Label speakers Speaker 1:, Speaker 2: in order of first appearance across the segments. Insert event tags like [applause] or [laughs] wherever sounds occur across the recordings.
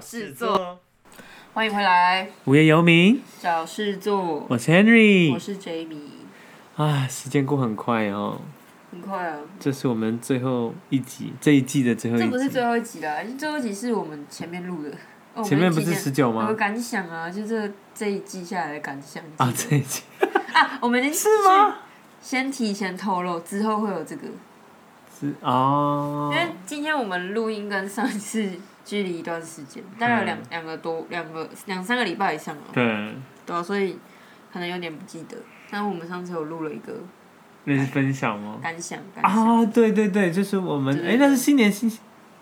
Speaker 1: 事做。欢迎回来，
Speaker 2: 无业游民，
Speaker 1: 找事做。
Speaker 2: 我是 Henry
Speaker 1: 我。是 Jamie，
Speaker 2: 啊，时间过很快哦，
Speaker 1: 很快啊，
Speaker 2: 这是我们最后一集，这一季的最后
Speaker 1: 这
Speaker 2: 一
Speaker 1: 不是
Speaker 2: 集。
Speaker 1: 最后一集啦，最后一集是我们前面录的。哦我们
Speaker 2: 前面不
Speaker 1: 今
Speaker 2: 是
Speaker 1: 天
Speaker 2: 十九
Speaker 1: 有
Speaker 2: 吗？
Speaker 1: 感想啊，就这这一季下来的感想
Speaker 2: 啊，这一集
Speaker 1: 啊，我们已经是
Speaker 2: 吗？
Speaker 1: 先提前透露，之后会有这个，
Speaker 2: 是哦
Speaker 1: 因，为今天我们录音跟上一次距离一段时间，大概有两
Speaker 2: 嗯
Speaker 1: 两个多两个两三个礼拜以上了，
Speaker 2: 对，
Speaker 1: 对啊，所以可能有点不记得。但我们上次有录了一个
Speaker 2: 那是分享吗？
Speaker 1: 感想，感想。
Speaker 2: 啊，对对对，就是我们
Speaker 1: 对对
Speaker 2: 哎，那是新年新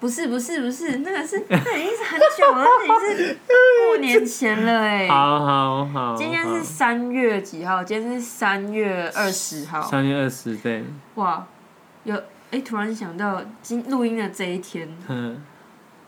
Speaker 1: 不是不是不是，那个是 [laughs] 那已经是很久了，那已经是过年前了哎、
Speaker 2: 好好好，
Speaker 1: 今天
Speaker 2: 好
Speaker 1: 是三月几号？今天是三月二十号。
Speaker 2: 三月二十，对，
Speaker 1: 哇，有哎、突然想到今录音的这一天，
Speaker 2: 嗯，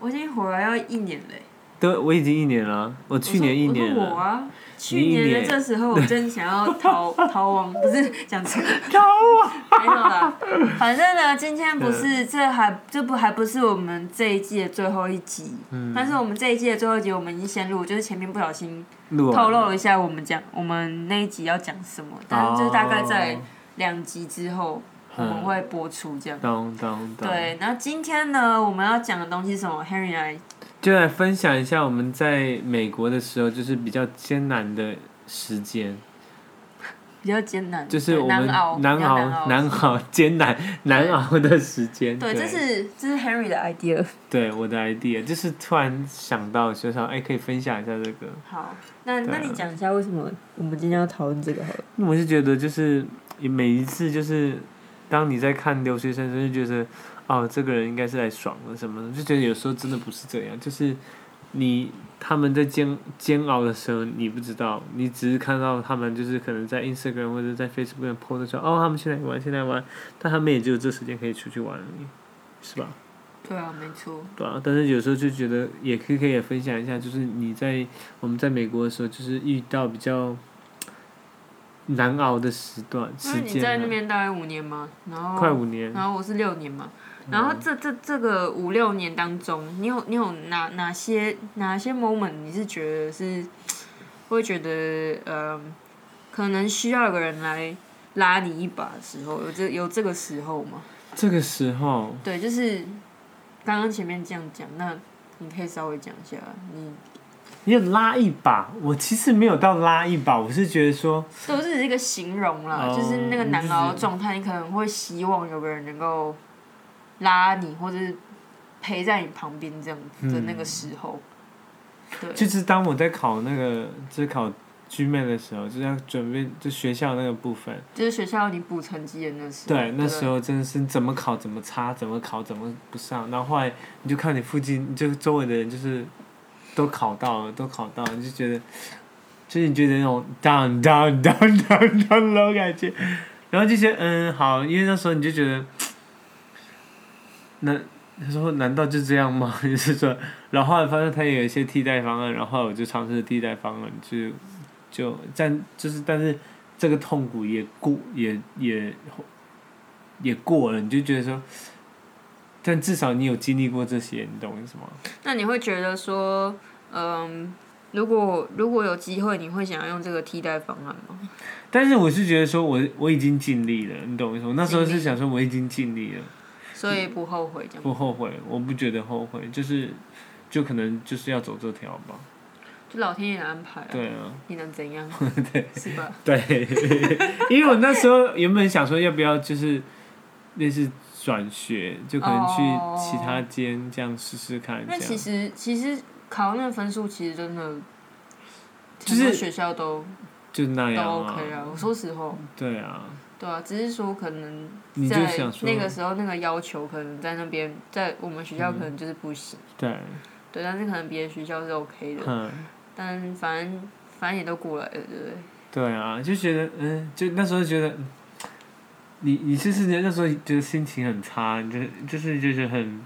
Speaker 1: 我已经回来要一年嘞、
Speaker 2: 都我已经一年了，我去年一
Speaker 1: 我
Speaker 2: 年
Speaker 1: 说我
Speaker 2: [laughs] 了，
Speaker 1: 啊，去
Speaker 2: 你一
Speaker 1: 年的
Speaker 2: 年
Speaker 1: 这时候我真想要
Speaker 2: [laughs]
Speaker 1: 逃逃亡，不是讲错，
Speaker 2: 高啊，
Speaker 1: 没有
Speaker 2: [laughs]
Speaker 1: 啦。反正呢，今天不是这还这不还不是我们这一季的最后一集，
Speaker 2: 嗯
Speaker 1: 但是我们这一季的最后一集我们已经先录，就是前面不小心
Speaker 2: 录完
Speaker 1: 透露了一下我们讲我们那一集要讲什么，但是就是大概在
Speaker 2: 哦嗯
Speaker 1: 两集之后我们会播出这样。
Speaker 2: 当当当，
Speaker 1: 对，然后今天呢，我们要讲的东西是什么？Henry 来，
Speaker 2: 就来分享一下我们在美国的时候，就是比较艰难的时间，
Speaker 1: 比较艰难，
Speaker 2: 就是我们
Speaker 1: 难熬，
Speaker 2: 难
Speaker 1: 比较难
Speaker 2: 熬、难熬、艰难、难熬的时间。
Speaker 1: 对，这是这是 Henry 的 idea。
Speaker 2: 对啊我的 idea，就是突然想到，就想哎，可以分享一下这个。
Speaker 1: 好，那
Speaker 2: 对
Speaker 1: 那
Speaker 2: 啊
Speaker 1: 你讲一下为什么我们今天要讨论这个好了？
Speaker 2: 我是觉得，就是每一次，就是当你在看留学生的时候，就觉得哦，这个人应该是来爽的什么的，就觉得有时候真的不是这样，就是你他们在煎煎熬的时候，你不知道，你只是看到他们就是可能在 Instagram 或者在 Facebook 上 po 的时候，哦，他们现在玩，现在玩，但他们也只有这时间可以出去玩而已，是吧？
Speaker 1: 对啊，没错。
Speaker 2: 对啊，但是有时候就觉得也可以可以分享一下，就是你在我们在美国的时候，就是遇到比较难熬的时段
Speaker 1: 因
Speaker 2: 时
Speaker 1: 为你在
Speaker 2: 间
Speaker 1: 那
Speaker 2: 啊、
Speaker 1: 边大哦概五年嘛，然后
Speaker 2: 快五嗯年，
Speaker 1: 然后我是六年嘛，然后这这这个五六年当中，你有你有哪哪些哪些 moment 你是觉得是会觉得呃，可能需要有个人来拉你一把的时候，有这有这个时候吗？
Speaker 2: 这个时候
Speaker 1: 对，就是刚刚前面这样讲，那你可以稍微讲一下你
Speaker 2: 你有拉一把，我其实没有到拉一把，我是觉得说，
Speaker 1: 都是一个形容啦，
Speaker 2: 哦
Speaker 1: 就是那个难熬的状态，你可能会希望有个人能够拉你，或者是陪在你旁边这样子的那个时候。对，
Speaker 2: 就是当我在考那个就是考 GMAT 的时候，就是要准备就学校那个部分，
Speaker 1: 就是学校你补成绩的那时候。啊
Speaker 2: 对，那时
Speaker 1: 候。
Speaker 2: 候真的是怎么考怎么差，怎么考怎么不上，然后后来你就看你附近，你就周围的人就是都考到了，都考到了，你就觉得，就是你觉得那种 down down down down down 那种感觉，然后就觉得嗯好，因为那时候你就觉得，那他说难道就这样吗？ [laughs] 就是说，然后后来发现他也有一些替代方案，然后后来我就尝试替代方案，就就但就是但是这个痛苦也过也也也过了，你就觉得说，但至少你有经历过这些，你懂我意思吗？
Speaker 1: 那你会觉得说，嗯，如果如果有机会，你会想要用这个替代方案吗？
Speaker 2: 但是我是觉得说我我已经尽力了，你懂我意思吗？那时候
Speaker 1: 尽
Speaker 2: 是
Speaker 1: 力
Speaker 2: 想说我已经尽力了，
Speaker 1: 所以不后悔这样。
Speaker 2: 不后悔，我不觉得后悔，就是就可能就是要走这条吧。
Speaker 1: 就老天爷的安排啊，
Speaker 2: 对啊，
Speaker 1: 你能怎样？是吧？
Speaker 2: [laughs] 对，因为我那时候原本想说要不要就是类似转学，就可能去
Speaker 1: 哦
Speaker 2: 其他间这样试试看，这
Speaker 1: 那
Speaker 2: 样。
Speaker 1: 其实其实考那个分数，其实真的，
Speaker 2: 就
Speaker 1: 很多
Speaker 2: 是
Speaker 1: 学校都
Speaker 2: 就那
Speaker 1: 都
Speaker 2: 样
Speaker 1: OK 啊。我说实话，
Speaker 2: 对啊，
Speaker 1: 对啊，只是说可能
Speaker 2: 你就
Speaker 1: 在
Speaker 2: 想说
Speaker 1: 那个时候那个要求，可能在那边在我们学校可能就是不行，
Speaker 2: 对，
Speaker 1: 对，但是可能别的学校是 OK 的，
Speaker 2: 嗯。
Speaker 1: 但反正反正也都过来了，对不对？
Speaker 2: 对啊，就觉得嗯，就那时候觉得，嗯你你就是那时候觉得心情很差，就是就是就是很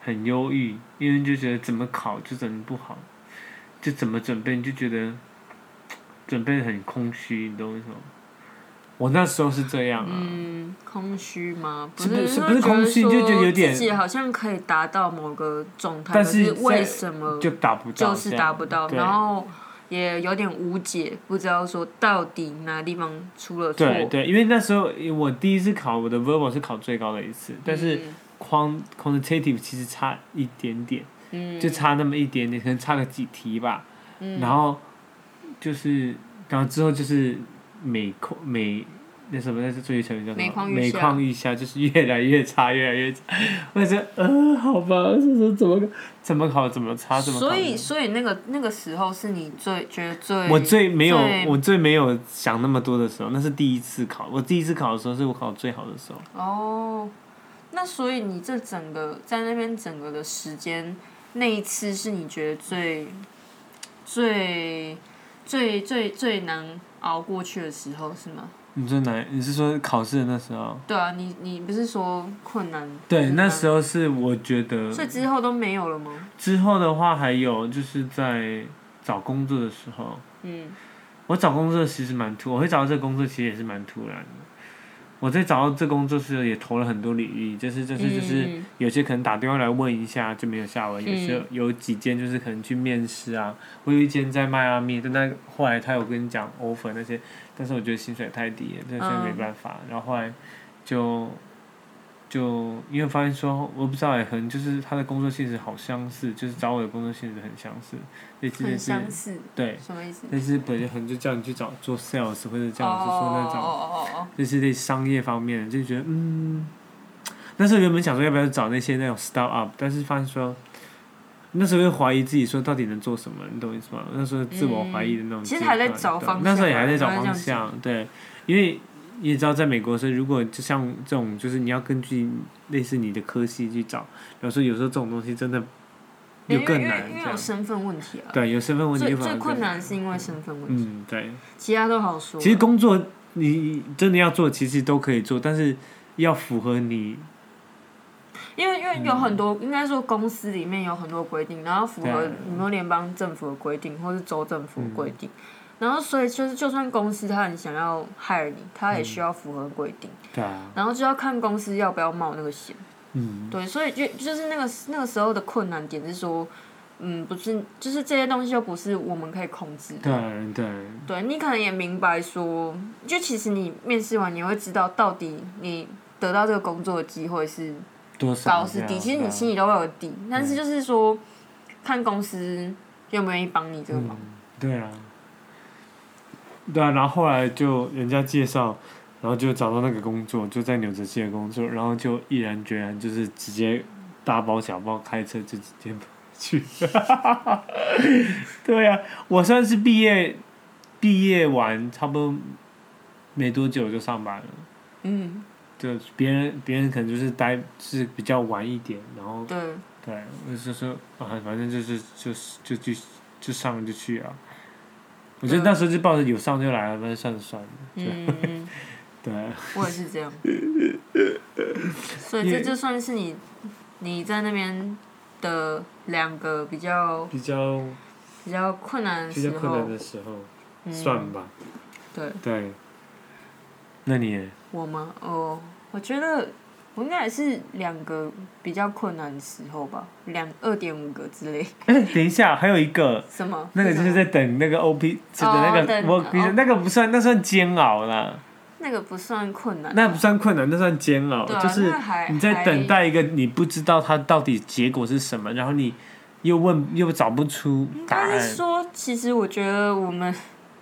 Speaker 2: 很忧郁，因为就觉得怎么考就怎么不好，就怎么准备就觉得准备得很空虚，你懂我意思吗？我那时候是这样啊，
Speaker 1: 嗯，空虚吗？
Speaker 2: 是不
Speaker 1: 是
Speaker 2: 是
Speaker 1: 说
Speaker 2: 不是
Speaker 1: 觉得
Speaker 2: 空虚就
Speaker 1: 说
Speaker 2: 觉得有点
Speaker 1: 自己好像可以达到某个状态，
Speaker 2: 但
Speaker 1: 可
Speaker 2: 是
Speaker 1: 是
Speaker 2: 在
Speaker 1: 为什么
Speaker 2: 就达不到，
Speaker 1: 就是达不到？
Speaker 2: 对
Speaker 1: 然后也有点无解，不知道说到底哪地方出了错。
Speaker 2: 对对，因为那时候因为我第一次考我的 verbal 是考最高的一次，但是
Speaker 1: 嗯
Speaker 2: quant quantitative 其实差一点点，
Speaker 1: 嗯，
Speaker 2: 就差那么一点点，可能差个几题吧。
Speaker 1: 嗯
Speaker 2: 然后就是，然后之后就是每况每那什么，那是最成语叫什么？
Speaker 1: 每况
Speaker 2: 每
Speaker 1: 愈下
Speaker 2: 况愈下，就是越来越差，越来越差。我觉得，呃，好吧，这是怎么怎么考，怎么差，怎么考。
Speaker 1: 所以所以那个那个时候是你最觉得最
Speaker 2: 我最没有
Speaker 1: 最，
Speaker 2: 我最没有想那么多的时候，那是第一次考。我第一次考的时候，是我考最好的时候。
Speaker 1: 哦，那所以你这整个在那边整个的时间，那一次是你觉得最最最最最难熬过去的时候是吗？
Speaker 2: 你说哪？你是说考试的那时候？
Speaker 1: 对啊，你你不是说困难？
Speaker 2: 哦对，那
Speaker 1: 候。
Speaker 2: 时候是我觉得
Speaker 1: 所以之后都没有了吗？
Speaker 2: 之后的话，还有就是在找工作的时候，
Speaker 1: 嗯
Speaker 2: 我找工作其实蛮突，我会找到这个工作其实也是蛮突然的。我在找到这工作时也投了很多履历，就是就是就是
Speaker 1: 嗯
Speaker 2: 有些可能打电话来问一下就没有下文，有些
Speaker 1: 嗯
Speaker 2: 有几间就是可能去面试啊，我有一间在迈阿密，但那后来他有跟你讲 offer 那些，但是我觉得薪水太低了，真的是没办法。
Speaker 1: 嗯
Speaker 2: 然后后来就就因为发现说，我不知道哎也可能就是他的工作性质好相似，就是找我的工作性质很相似，类似类
Speaker 1: 很
Speaker 2: 似
Speaker 1: 相似，
Speaker 2: 对。
Speaker 1: 什么意思？
Speaker 2: 但是本来可能就叫你去找做 sales 或
Speaker 1: 哦
Speaker 2: 者叫你去做
Speaker 1: 哦
Speaker 2: 那种，
Speaker 1: 哦哦哦，
Speaker 2: 就是类似商业方面的，就觉得嗯，那时候原本想说要不要找那些那种 start up，但是发现说那时候又怀疑自己说到底能做什么，你懂我意思吗？那时候自我怀疑的那种
Speaker 1: 嗯其
Speaker 2: 阶
Speaker 1: 实
Speaker 2: 段、
Speaker 1: 还在找
Speaker 2: 对
Speaker 1: 方向
Speaker 2: 那时候也还在
Speaker 1: 应
Speaker 2: 找
Speaker 1: 该这样
Speaker 2: 方向，对，因为。你也知道，在美国是，如果就像这种，就是你要根据类似你的科系去找，有时候有时候这种东西真的又
Speaker 1: 因为
Speaker 2: 更
Speaker 1: 因为
Speaker 2: 难，
Speaker 1: 因为
Speaker 2: 这
Speaker 1: 有
Speaker 2: 样
Speaker 1: 身份问题啊。
Speaker 2: 对，有身份问题
Speaker 1: 最
Speaker 2: 又反而
Speaker 1: 最
Speaker 2: 更
Speaker 1: 困难是因为身份问题，
Speaker 2: 嗯，对，
Speaker 1: 其他都好说。
Speaker 2: 其实工作你真的要做，其实都可以做，但是要符合你
Speaker 1: 因为因
Speaker 2: 嗯
Speaker 1: 为有很多，应该说公司里面有很多规定，然后符合
Speaker 2: 对
Speaker 1: 有没有联邦政府的规定，或是州政府的规定，
Speaker 2: 嗯
Speaker 1: 然后所以就是就算公司他很想要 hire 你，他也需要符合规定，
Speaker 2: 对啊，
Speaker 1: 然后就要看公司要不要冒那个险。
Speaker 2: 嗯，
Speaker 1: 对，所以就就是那个那个时候的困难点是说，嗯，不是，就是这些东西又不是我们可以控制的。
Speaker 2: 对啊对，
Speaker 1: 对你可能也明白说，就其实你面试完，你会知道到底你得到这个工作的机会是
Speaker 2: 多少
Speaker 1: 高是
Speaker 2: 这
Speaker 1: 低，
Speaker 2: 样
Speaker 1: 其实你
Speaker 2: 对啊
Speaker 1: 心里都会有底，但是就是说，看公司愿不愿意帮你这个忙。
Speaker 2: 对啊，对啊，然后后来就人家介绍，然后就找到那个工作，就在纽泽西的工作，然后就毅然决然就是直接大包小包开车就直接去， [laughs] 对啊，我算是毕业毕业完差不多没多久就上班了。
Speaker 1: 嗯，
Speaker 2: 就别人别人可能就是待是比较晚一点，然后
Speaker 1: 嗯对，
Speaker 2: 对，我就说啊，反正就是就是就就就上就去啊。我觉得
Speaker 1: 对
Speaker 2: 那时候就抱着有上就来了，反正算了算了。
Speaker 1: 嗯，
Speaker 2: 啊
Speaker 1: 嗯
Speaker 2: 对，
Speaker 1: 我也是这
Speaker 2: [laughs]
Speaker 1: 样。所以
Speaker 2: 因
Speaker 1: 这
Speaker 2: 为
Speaker 1: 就算是你你在那边的两个比较
Speaker 2: 比较
Speaker 1: 比较困难的
Speaker 2: 比较
Speaker 1: 时
Speaker 2: 困难
Speaker 1: 候，
Speaker 2: 的时候，
Speaker 1: 嗯
Speaker 2: 算吧。
Speaker 1: 对
Speaker 2: 对，那你也
Speaker 1: 我吗？哦，我觉得我应该也是两个比较困难的时候吧，两二点五个之类。
Speaker 2: 哎，等一下，还有一个，
Speaker 1: 什么？
Speaker 2: 那个
Speaker 1: 什
Speaker 2: 就
Speaker 1: 么
Speaker 2: 是在等那个 OP 的那个
Speaker 1: 等
Speaker 2: work visa，
Speaker 1: 哦
Speaker 2: 那个不算，那算煎熬啦。
Speaker 1: 那个不算困难，
Speaker 2: 那不算困难，那算煎熬，
Speaker 1: 嗯对啊
Speaker 2: 就是
Speaker 1: 那还
Speaker 2: 你在等待一个你不知道它到底结果是什么，然后你又问又找不出
Speaker 1: 应
Speaker 2: 答
Speaker 1: 该
Speaker 2: 案
Speaker 1: 是。说，其实我觉得我们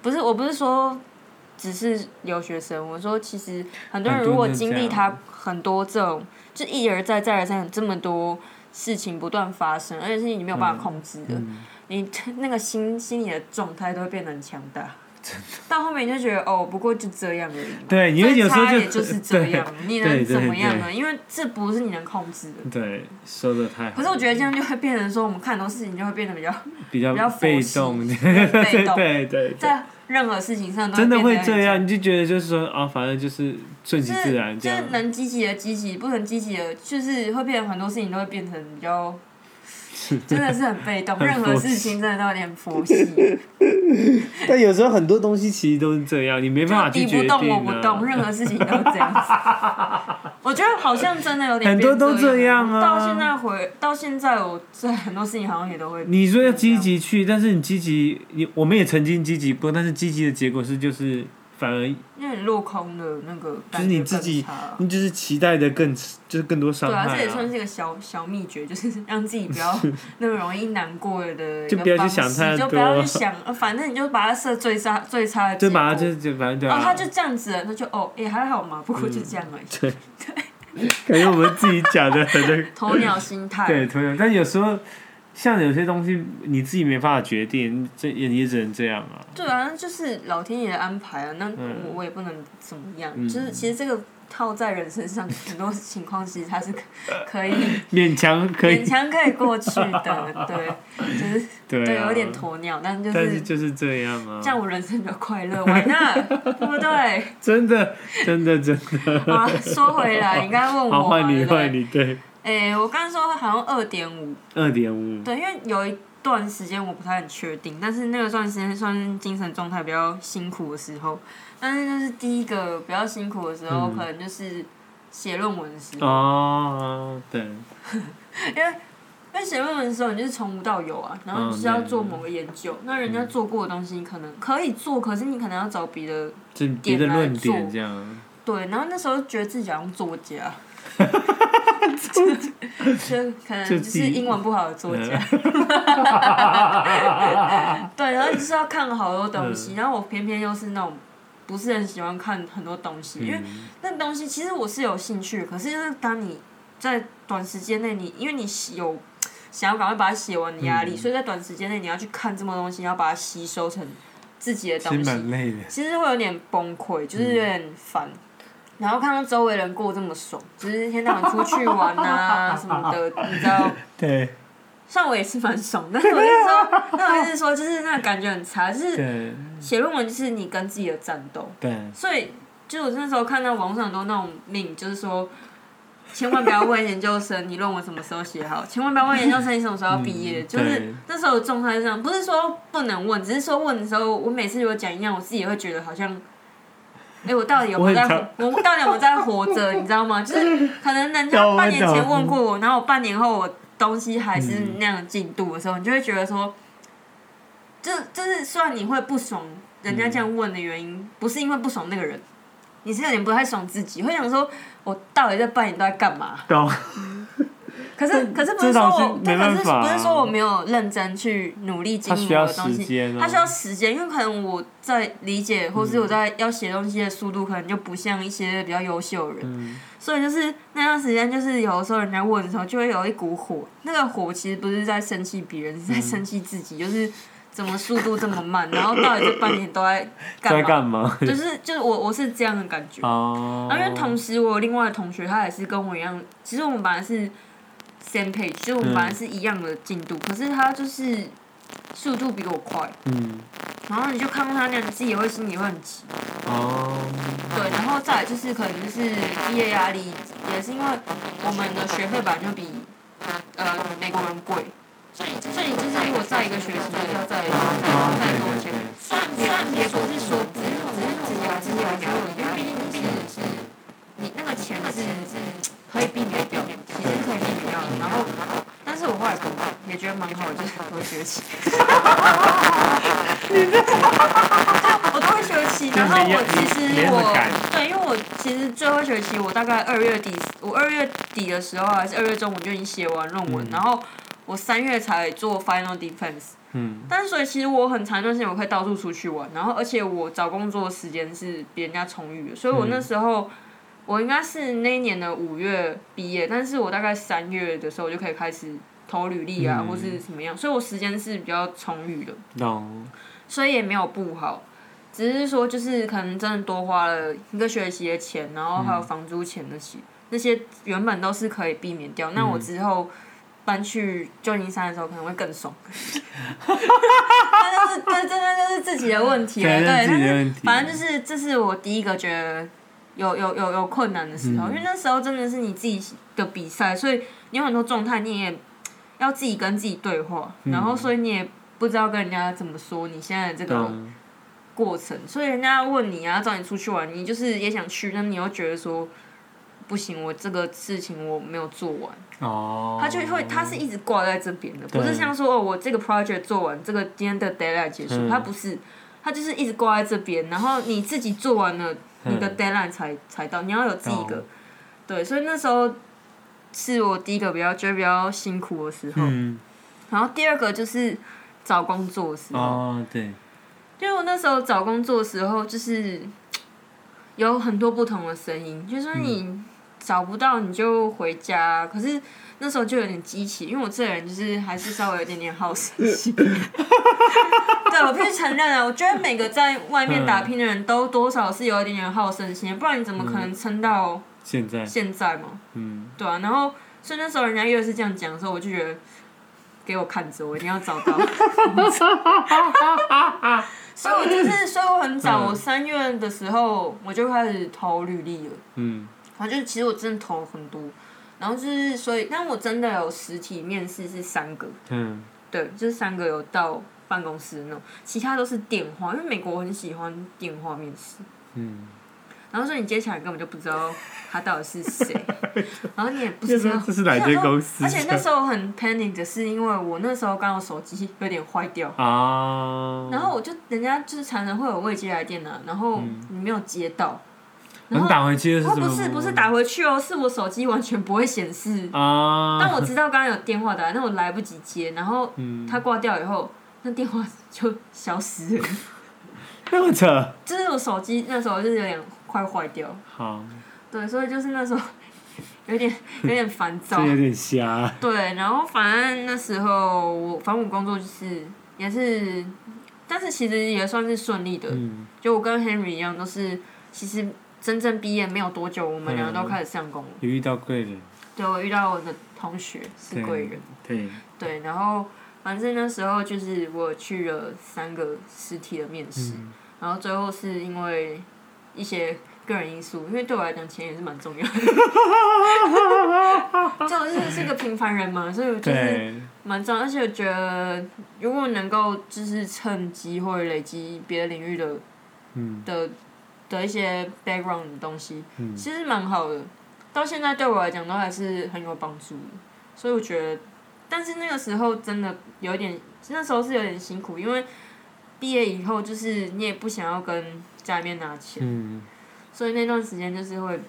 Speaker 1: 不是，我不是说只是留学生，我说其实很多人
Speaker 2: 很多人
Speaker 1: 如果
Speaker 2: 都
Speaker 1: 经
Speaker 2: 这
Speaker 1: 历
Speaker 2: 样
Speaker 1: 他很多这种，就一而再再而三有这么多事情不断发生，而且是你没有办法控制的，
Speaker 2: 嗯，
Speaker 1: 你那个心心理的状态都会变得很强大。到后面你就觉得哦，不过就这样而已嘛。
Speaker 2: 对因为
Speaker 1: 最
Speaker 2: 有时候
Speaker 1: 差
Speaker 2: 就
Speaker 1: 也就是这样，你能
Speaker 2: [laughs] 对对
Speaker 1: 怎么样呢？因为这不是你能控制的。
Speaker 2: 对，说的太好。
Speaker 1: 可是我觉得这样就会变成说，我们看很多事情就会变得比较
Speaker 2: 比较
Speaker 1: 比较
Speaker 2: 被
Speaker 1: 佛系 [laughs]
Speaker 2: 动，
Speaker 1: 比较
Speaker 2: 对
Speaker 1: 被动
Speaker 2: 对对，
Speaker 1: 在任何事情上都
Speaker 2: 真的会
Speaker 1: 变得
Speaker 2: 这
Speaker 1: 很
Speaker 2: 样，你就觉得就是说啊，反正就是顺其
Speaker 1: 就是
Speaker 2: 自然这
Speaker 1: 就是
Speaker 2: 样。 [laughs]
Speaker 1: 能积极的积极，不能积极的，就是会变成很多事情都会变成比较
Speaker 2: 事。
Speaker 1: 真的是很被动，
Speaker 2: 很
Speaker 1: 任何
Speaker 2: 佛
Speaker 1: 事
Speaker 2: 系
Speaker 1: 情真的都有点佛系，
Speaker 2: 但有时候很多东西其实都是这样，你没办法
Speaker 1: 就
Speaker 2: 去
Speaker 1: 敌
Speaker 2: 决
Speaker 1: 不
Speaker 2: 定、啊、
Speaker 1: 动我不动，任何事情都这样子。我觉得好像真的有点
Speaker 2: 很多都
Speaker 1: 变这
Speaker 2: 这样啊
Speaker 1: 到现在回到现在，我在很多事情好像也都会
Speaker 2: 你说要积极去，但是你积极，你我们也曾经积极过，但是积极的结果是就是反而
Speaker 1: 因为你落空的那个感
Speaker 2: 就是你
Speaker 1: 觉
Speaker 2: 自己
Speaker 1: 更差啊
Speaker 2: 你就是期待的更就是更多伤
Speaker 1: 对
Speaker 2: 害、
Speaker 1: 啊，这也算是一个小小秘诀，就是 [laughs] 让自己不
Speaker 2: [laughs]
Speaker 1: 要那么容易难过的一
Speaker 2: 就
Speaker 1: 个
Speaker 2: 不要去
Speaker 1: 方
Speaker 2: 想
Speaker 1: 式
Speaker 2: 太
Speaker 1: 就不要
Speaker 2: 多
Speaker 1: 去想，呃反正你就把它设最差最差的结
Speaker 2: 就
Speaker 1: 果。
Speaker 2: 把它就就反正对啊，嗯
Speaker 1: 哦，他就这样子了，那就哦，也、还好嘛，不过就这样而已，
Speaker 2: 对，感
Speaker 1: [laughs]
Speaker 2: 觉我们自己讲的很那个
Speaker 1: 鸵鸟心态。
Speaker 2: 对，同样，但有时候像有些东西你自己没办法决定，这也你也只能这样啊。
Speaker 1: 对啊，那就是老天爷的安排啊，那
Speaker 2: 嗯
Speaker 1: 我我也不能怎么样。
Speaker 2: 嗯
Speaker 1: 就是其实这个套在人身上，很多情况其实它
Speaker 2: [laughs]
Speaker 1: 是可可以
Speaker 2: 勉强可以
Speaker 1: 勉，强可以过去的，对，就是
Speaker 2: 对
Speaker 1: 对
Speaker 2: 啊，
Speaker 1: 有点鸵鸟，但就
Speaker 2: 但是
Speaker 1: 是
Speaker 2: 就是这样啊
Speaker 1: 这，样我人生比较快乐，完
Speaker 2: [laughs]
Speaker 1: 了，对不对？
Speaker 2: 真的，真的，真
Speaker 1: [laughs] 好啊，说回来，你刚刚问
Speaker 2: 的，
Speaker 1: 我嘛，
Speaker 2: 好，换
Speaker 1: 对
Speaker 2: 你，
Speaker 1: 不对
Speaker 2: 换你，
Speaker 1: [laughs]
Speaker 2: 对，
Speaker 1: 诶、我刚刚说好像二点五，
Speaker 2: 二点五，
Speaker 1: 对，因为有一段时间我不太很确定，但是那个段时间算是精神状态比较辛苦的时候，但是就是第一个比较辛苦的时候，
Speaker 2: 嗯
Speaker 1: 可能就是写论文的时候，
Speaker 2: 哦，对，
Speaker 1: 因为写论文的时候你就是从无到有啊，然后你就是要
Speaker 2: 嗯
Speaker 1: 做某个研究，那人家做过的东西你可能可以做，可是你可能要找别的
Speaker 2: 就别的论点这样，
Speaker 1: 对，然后那时候觉得自己好像作
Speaker 2: [laughs]
Speaker 1: 家，就可能
Speaker 2: 就
Speaker 1: 就
Speaker 2: 自
Speaker 1: 是
Speaker 2: 己
Speaker 1: 英文不好的作家，
Speaker 2: 嗯
Speaker 1: 对，然后就是要看好多东西，然后我偏偏又是那种不是很喜欢看很多东西，因为
Speaker 2: 嗯
Speaker 1: 那东西其实我是有兴趣，可是就是当你在短时间内，你因为你有想要赶快把它写完的
Speaker 2: 嗯
Speaker 1: 压力，所以在短时间内你要去看这么多东西，然后把它吸收成自己的
Speaker 2: 其实
Speaker 1: 东西，
Speaker 2: 蛮累的，
Speaker 1: 其实会有点崩溃，就是有点烦。然后看到周围人过这么爽，就是一天到晚出去玩啊什么的，你知道，
Speaker 2: 对
Speaker 1: 像我也是蛮爽，但是我就说，那我就是说，就是那感觉很差，就是
Speaker 2: 对
Speaker 1: 写论文就是你跟自己的战斗，
Speaker 2: 对，
Speaker 1: 所以就我那时候看到网上很多那种命，就是说，千万不要问研究生你论文什么时候写好，千万不要问研究生你什么时候要毕业，
Speaker 2: 嗯
Speaker 1: 就是
Speaker 2: 对
Speaker 1: 那时候的状态是这样，不是说不能问，只是说问的时候，我每次如果讲一样，我自己也会觉得好像。哎、我到底有没有在
Speaker 2: 我很
Speaker 1: 活？我到底有没有在活着？你知道吗？就是可能人家半年前问过我，然后我半年后我东西还是
Speaker 2: 嗯
Speaker 1: 那样的进度的时候，你就会觉得说，就就是虽然你会不爽人家这样问的原因，不是因为不爽那个人，你是有点不太爽自己，会想说我到底这半年都在干嘛？
Speaker 2: 懂，
Speaker 1: [laughs] 可是可是不是说
Speaker 2: 这倒是
Speaker 1: 我，对，
Speaker 2: 没办
Speaker 1: 可是
Speaker 2: 法
Speaker 1: 不
Speaker 2: 啊
Speaker 1: 是说我没有认真去努力经
Speaker 2: 它
Speaker 1: 营
Speaker 2: 需
Speaker 1: 我
Speaker 2: 要
Speaker 1: 的东
Speaker 2: 时
Speaker 1: 西，
Speaker 2: 间哦，嗯
Speaker 1: 它需要时间，因为可能我在理解或是我在要写东西的速度，可能就不像一些比较优秀的人，
Speaker 2: 嗯，
Speaker 1: 所以就是那段时间，就是有的时候人家问的时候，就会有一股火。那个火其实不是在生气别人，
Speaker 2: 嗯
Speaker 1: 是在生气自己，就是怎么速度这么慢，然后到底这半年都在干
Speaker 2: 在
Speaker 1: 嘛？
Speaker 2: 干嘛？
Speaker 1: 就是就是我我是这样的感觉。
Speaker 2: 哦，
Speaker 1: 啊然后因为同时我有另外的同学，他也是跟我一样，其实我们本来是 same page，就是我们
Speaker 2: 嗯
Speaker 1: 本来是一样的进度，可是他就是速度比我快，
Speaker 2: 嗯，
Speaker 1: 然后你就看到他那样，你自己也会心里会很急。
Speaker 2: 哦，
Speaker 1: 对，然后再来就是可能就是毕业压力，也是因为我们的学费本来就比呃美国人贵，所以所以就是如果在一个学期就是要再再再多钱，虽然虽然也不是说只是只是只有只有两个，因为毕竟毕竟是你那个钱是可以避免掉，其实可以避免掉的，然后。但是我后来不也觉得蛮好的，就是我会学习。我都会学习，然后
Speaker 2: 就没有
Speaker 1: 我其
Speaker 2: 没
Speaker 1: 实
Speaker 2: 那么赶
Speaker 1: 我对，因为我其实最后学期我大概二月底，我二月底的时候还是二月中我就已经写完论文，然后我三月才做 final defense。
Speaker 2: 嗯，
Speaker 1: 但是所以其实我很长一段时间我可以到处出去玩，然后而且我找工作的时间是比人家充裕的，所以我那时候。我应该是那一年的五月毕业，但是我大概三月的时候我就可以开始投履历啊，
Speaker 2: 嗯
Speaker 1: 或是怎么样，所以我时间是比较充裕的。
Speaker 2: 懂，
Speaker 1: 所以也没有不好，只是说就是可能真的多花了一个学期的钱，然后
Speaker 2: 嗯
Speaker 1: 还有房租钱那些、那些原本都是可以避免掉。那
Speaker 2: 嗯
Speaker 1: 我之后搬去旧金山的时候可能会更爽， [laughs] 那就是这真的就是自己的问题了，
Speaker 2: 对
Speaker 1: 对，
Speaker 2: 那
Speaker 1: 但
Speaker 2: 是自己的
Speaker 1: 是
Speaker 2: 问题
Speaker 1: 反正就是这是我第一个觉得。有有有有困难的时候，
Speaker 2: 嗯
Speaker 1: 因为那时候真的是你自己的比赛，所以你有很多状态，你也要自己跟自己对话，
Speaker 2: 嗯
Speaker 1: 然后所以你也不知道跟人家怎么说你现在的这个
Speaker 2: 懂，
Speaker 1: 过程，所以人家问你啊，找你出去玩，你就是也想去，那你又觉得说不行，我这个事情我没有做完，
Speaker 2: 哦，
Speaker 1: 他就会他是一直挂在这边的，
Speaker 2: 对
Speaker 1: 不是像说哦我这个 project 做完，这个今天的 deadline 结束，
Speaker 2: 嗯
Speaker 1: 他不是，他就是一直挂在这边，然后你自己做完了，
Speaker 2: 嗯
Speaker 1: 你的 deadline 才才到，你要有自己一个
Speaker 2: 懂，
Speaker 1: 对，所以那时候是我第一个比较觉得比较辛苦的时候，
Speaker 2: 嗯，
Speaker 1: 然后第二个就是找工作的时候，
Speaker 2: 哦，对，
Speaker 1: 因为我那时候找工作的时候，就是有很多不同的声音，就是说你找不到你就回家，可是那时候就有点激起，因为我这个人就是还是稍微有点点好胜心。 [laughs] 对，我必须承认啊，我觉得每个在外面打拼的人都多少是有一点点好胜心，不然你怎么可能撑到
Speaker 2: 现在，
Speaker 1: 现在嘛？
Speaker 2: 嗯，
Speaker 1: 对啊，然后所以那时候人家越是这样讲的时候，我就觉得给我看着，我一定要找到。 [laughs] 所以我就是，所以我很早，
Speaker 2: 嗯
Speaker 1: 我三月的时候我就开始投履历了，
Speaker 2: 嗯，
Speaker 1: 然后就是其实我真的投了很多，然后就是所以，但我真的有实体面试是三个，
Speaker 2: 嗯，
Speaker 1: 对，就是三个有到办公室那种，其他都是电话，因为美国我很喜欢电话面试。
Speaker 2: 嗯，
Speaker 1: 然后所以你接起来根本就不知道他到底是
Speaker 2: [laughs]
Speaker 1: 谁，然后你也不知
Speaker 2: 那时
Speaker 1: 道
Speaker 2: 候这是哪间公司
Speaker 1: 而且那时候很 panic 的是，因为我那时候刚好手机有点坏掉，
Speaker 2: 啊，
Speaker 1: 然后我就人家就是常常会有未接来电啊，然后你没有接到，然
Speaker 2: 能
Speaker 1: 后
Speaker 2: 嗯打回去的是
Speaker 1: 哦
Speaker 2: 什
Speaker 1: 不
Speaker 2: 么？
Speaker 1: 是不是打回去哦，是我手机完全不会显示，
Speaker 2: 啊，
Speaker 1: 但我
Speaker 2: [laughs]
Speaker 1: 知道刚刚有电话打来，但我来不及接，然后
Speaker 2: 嗯，
Speaker 1: 他挂掉以后，那电话就消失了，
Speaker 2: 那么扯，
Speaker 1: 就是我手机那时候就是有点快坏掉，
Speaker 2: 好，
Speaker 1: 对，所以就是那时候 [laughs] 有点有点烦躁
Speaker 2: 这，有点瞎，
Speaker 1: [laughs] 对，然后反正那时候我反正我工作就是也是，但是其实也算是顺利的，
Speaker 2: 嗯，
Speaker 1: 就我跟 Henry 一样，都是其实真正毕业没有多久，我们两个
Speaker 2: 嗯
Speaker 1: 都开始上工了。
Speaker 2: 有遇到贵人，
Speaker 1: 对我遇到我的同学是
Speaker 2: 对
Speaker 1: 贵人，，
Speaker 2: 对，
Speaker 1: 对，然后反正那时候就是我去了三个实体的面试，
Speaker 2: 嗯
Speaker 1: 然后最后是因为一些个人因素，因为对我来讲钱也是蛮重要的，就是是个平凡人嘛，所以我就是。
Speaker 2: 对，
Speaker 1: 蛮重要，而且我觉得如果能够就是趁机会累积别的领域的
Speaker 2: 嗯
Speaker 1: 的的一些 background 的东西，
Speaker 2: 嗯
Speaker 1: 其实蛮好的。到现在对我来讲都还是很有帮助的，所以我觉得，但是那个时候真的有一点，那时候是有点辛苦，因为毕业以后就是你也不想要跟家里面拿钱，
Speaker 2: 嗯，
Speaker 1: 所以那段时间就是会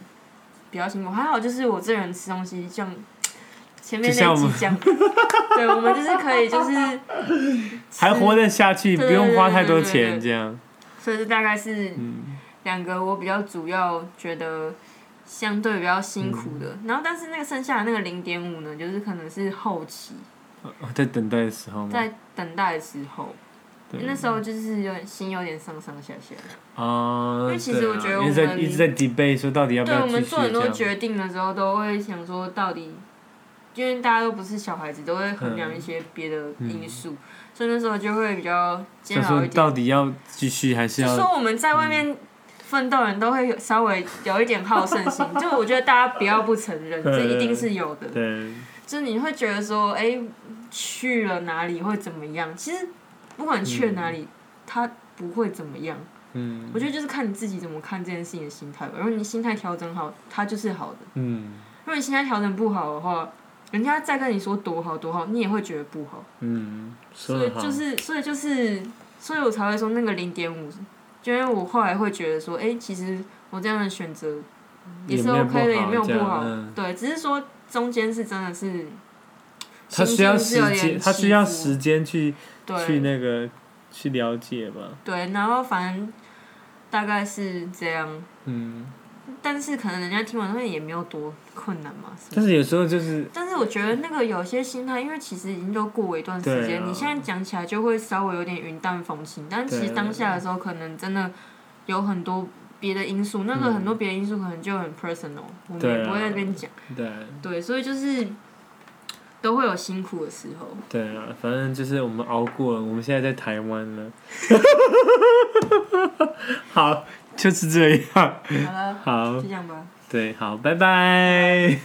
Speaker 1: 比较辛苦。还好就是我这人吃东西像前面
Speaker 2: 就像
Speaker 1: 那
Speaker 2: 我
Speaker 1: 几
Speaker 2: 们
Speaker 1: 讲，对我们就是可以就是，
Speaker 2: 还活得下去，
Speaker 1: 对
Speaker 2: 不用花太
Speaker 1: 对对
Speaker 2: 多
Speaker 1: 对对
Speaker 2: 钱，这样，
Speaker 1: 所以这大概是
Speaker 2: 嗯
Speaker 1: 两个我比较主要觉得相对比较辛苦的。
Speaker 2: 嗯
Speaker 1: 然后但是那个剩下的那个零点五呢，就是可能是后期
Speaker 2: 哦在等待的时候嘛，
Speaker 1: 在等待的时候，
Speaker 2: 对
Speaker 1: 那时候就是有点心有点上上下下。
Speaker 2: 啊，
Speaker 1: 因为其实
Speaker 2: 对啊
Speaker 1: 我觉得
Speaker 2: 一直在
Speaker 1: 我们
Speaker 2: 一直在 debate 说到底要不
Speaker 1: 对，
Speaker 2: 要
Speaker 1: 我
Speaker 2: 继
Speaker 1: 们
Speaker 2: 续
Speaker 1: 做很
Speaker 2: 这
Speaker 1: 多
Speaker 2: 样，
Speaker 1: 决定的时候，都会想说到底，因为大家都不是小孩子，都会衡
Speaker 2: 嗯
Speaker 1: 量一些别的因素，所以那时候就会比较煎
Speaker 2: 就
Speaker 1: 熬
Speaker 2: 说
Speaker 1: 一点。
Speaker 2: 到底要继续还是
Speaker 1: 就
Speaker 2: 要
Speaker 1: 说我们在外面奋斗，人都会有稍微有一点好胜
Speaker 2: [laughs]
Speaker 1: 心，就我觉得大家不要不承认，
Speaker 2: 嗯
Speaker 1: 这一定是有的。
Speaker 2: 对，
Speaker 1: 就是你会觉得说，哎、去了哪里会怎么样？其实不管去了哪里，他不会怎么样。
Speaker 2: 嗯
Speaker 1: 我觉得就是看你自己怎么看这件事情的心态吧。如果你心态调整好，它就是好的。
Speaker 2: 嗯
Speaker 1: 如果你现在调整不好的话，人家再跟你说多好多好，你也会觉得不好。
Speaker 2: 嗯，说
Speaker 1: 所以
Speaker 2: 得好，
Speaker 1: 就是，所以就是，所以我才会说那个零点五，就因为我后来会觉得说，哎、其实我这样的选择也是
Speaker 2: 也没有
Speaker 1: OK 的，也没有
Speaker 2: 不好
Speaker 1: 不好。
Speaker 2: 这样嗯
Speaker 1: 对，只是说中间是真的是，
Speaker 2: 他需要时
Speaker 1: 心境是有
Speaker 2: 间，
Speaker 1: 点
Speaker 2: 他需要
Speaker 1: 起伏
Speaker 2: 时间去去
Speaker 1: 对
Speaker 2: 那个去了解吧，
Speaker 1: 对，然后反正大概是这样。
Speaker 2: 嗯，
Speaker 1: 但是可能人家听完会也没有多困难嘛，
Speaker 2: 但是有时候就是
Speaker 1: 但是我觉得那个有些心态，因为其实已经都过了一段时
Speaker 2: 对
Speaker 1: 间，
Speaker 2: 啊
Speaker 1: 你现在讲起来就会稍微有点云淡风轻，但其
Speaker 2: 对
Speaker 1: 实
Speaker 2: 啊
Speaker 1: 当下的时候，可能真的有很多别的因素，那个很多别的因素可能就很 personal，我们
Speaker 2: 嗯对啊
Speaker 1: 也不会在那边讲。
Speaker 2: 对
Speaker 1: 对，所以就是都会有辛苦的时候。
Speaker 2: 对啊，反正就是我们熬过了，我们现在在台湾了， [laughs] 好，就是这样，
Speaker 1: 好了，
Speaker 2: 好
Speaker 1: 就，这样吧。
Speaker 2: 对，好，拜拜。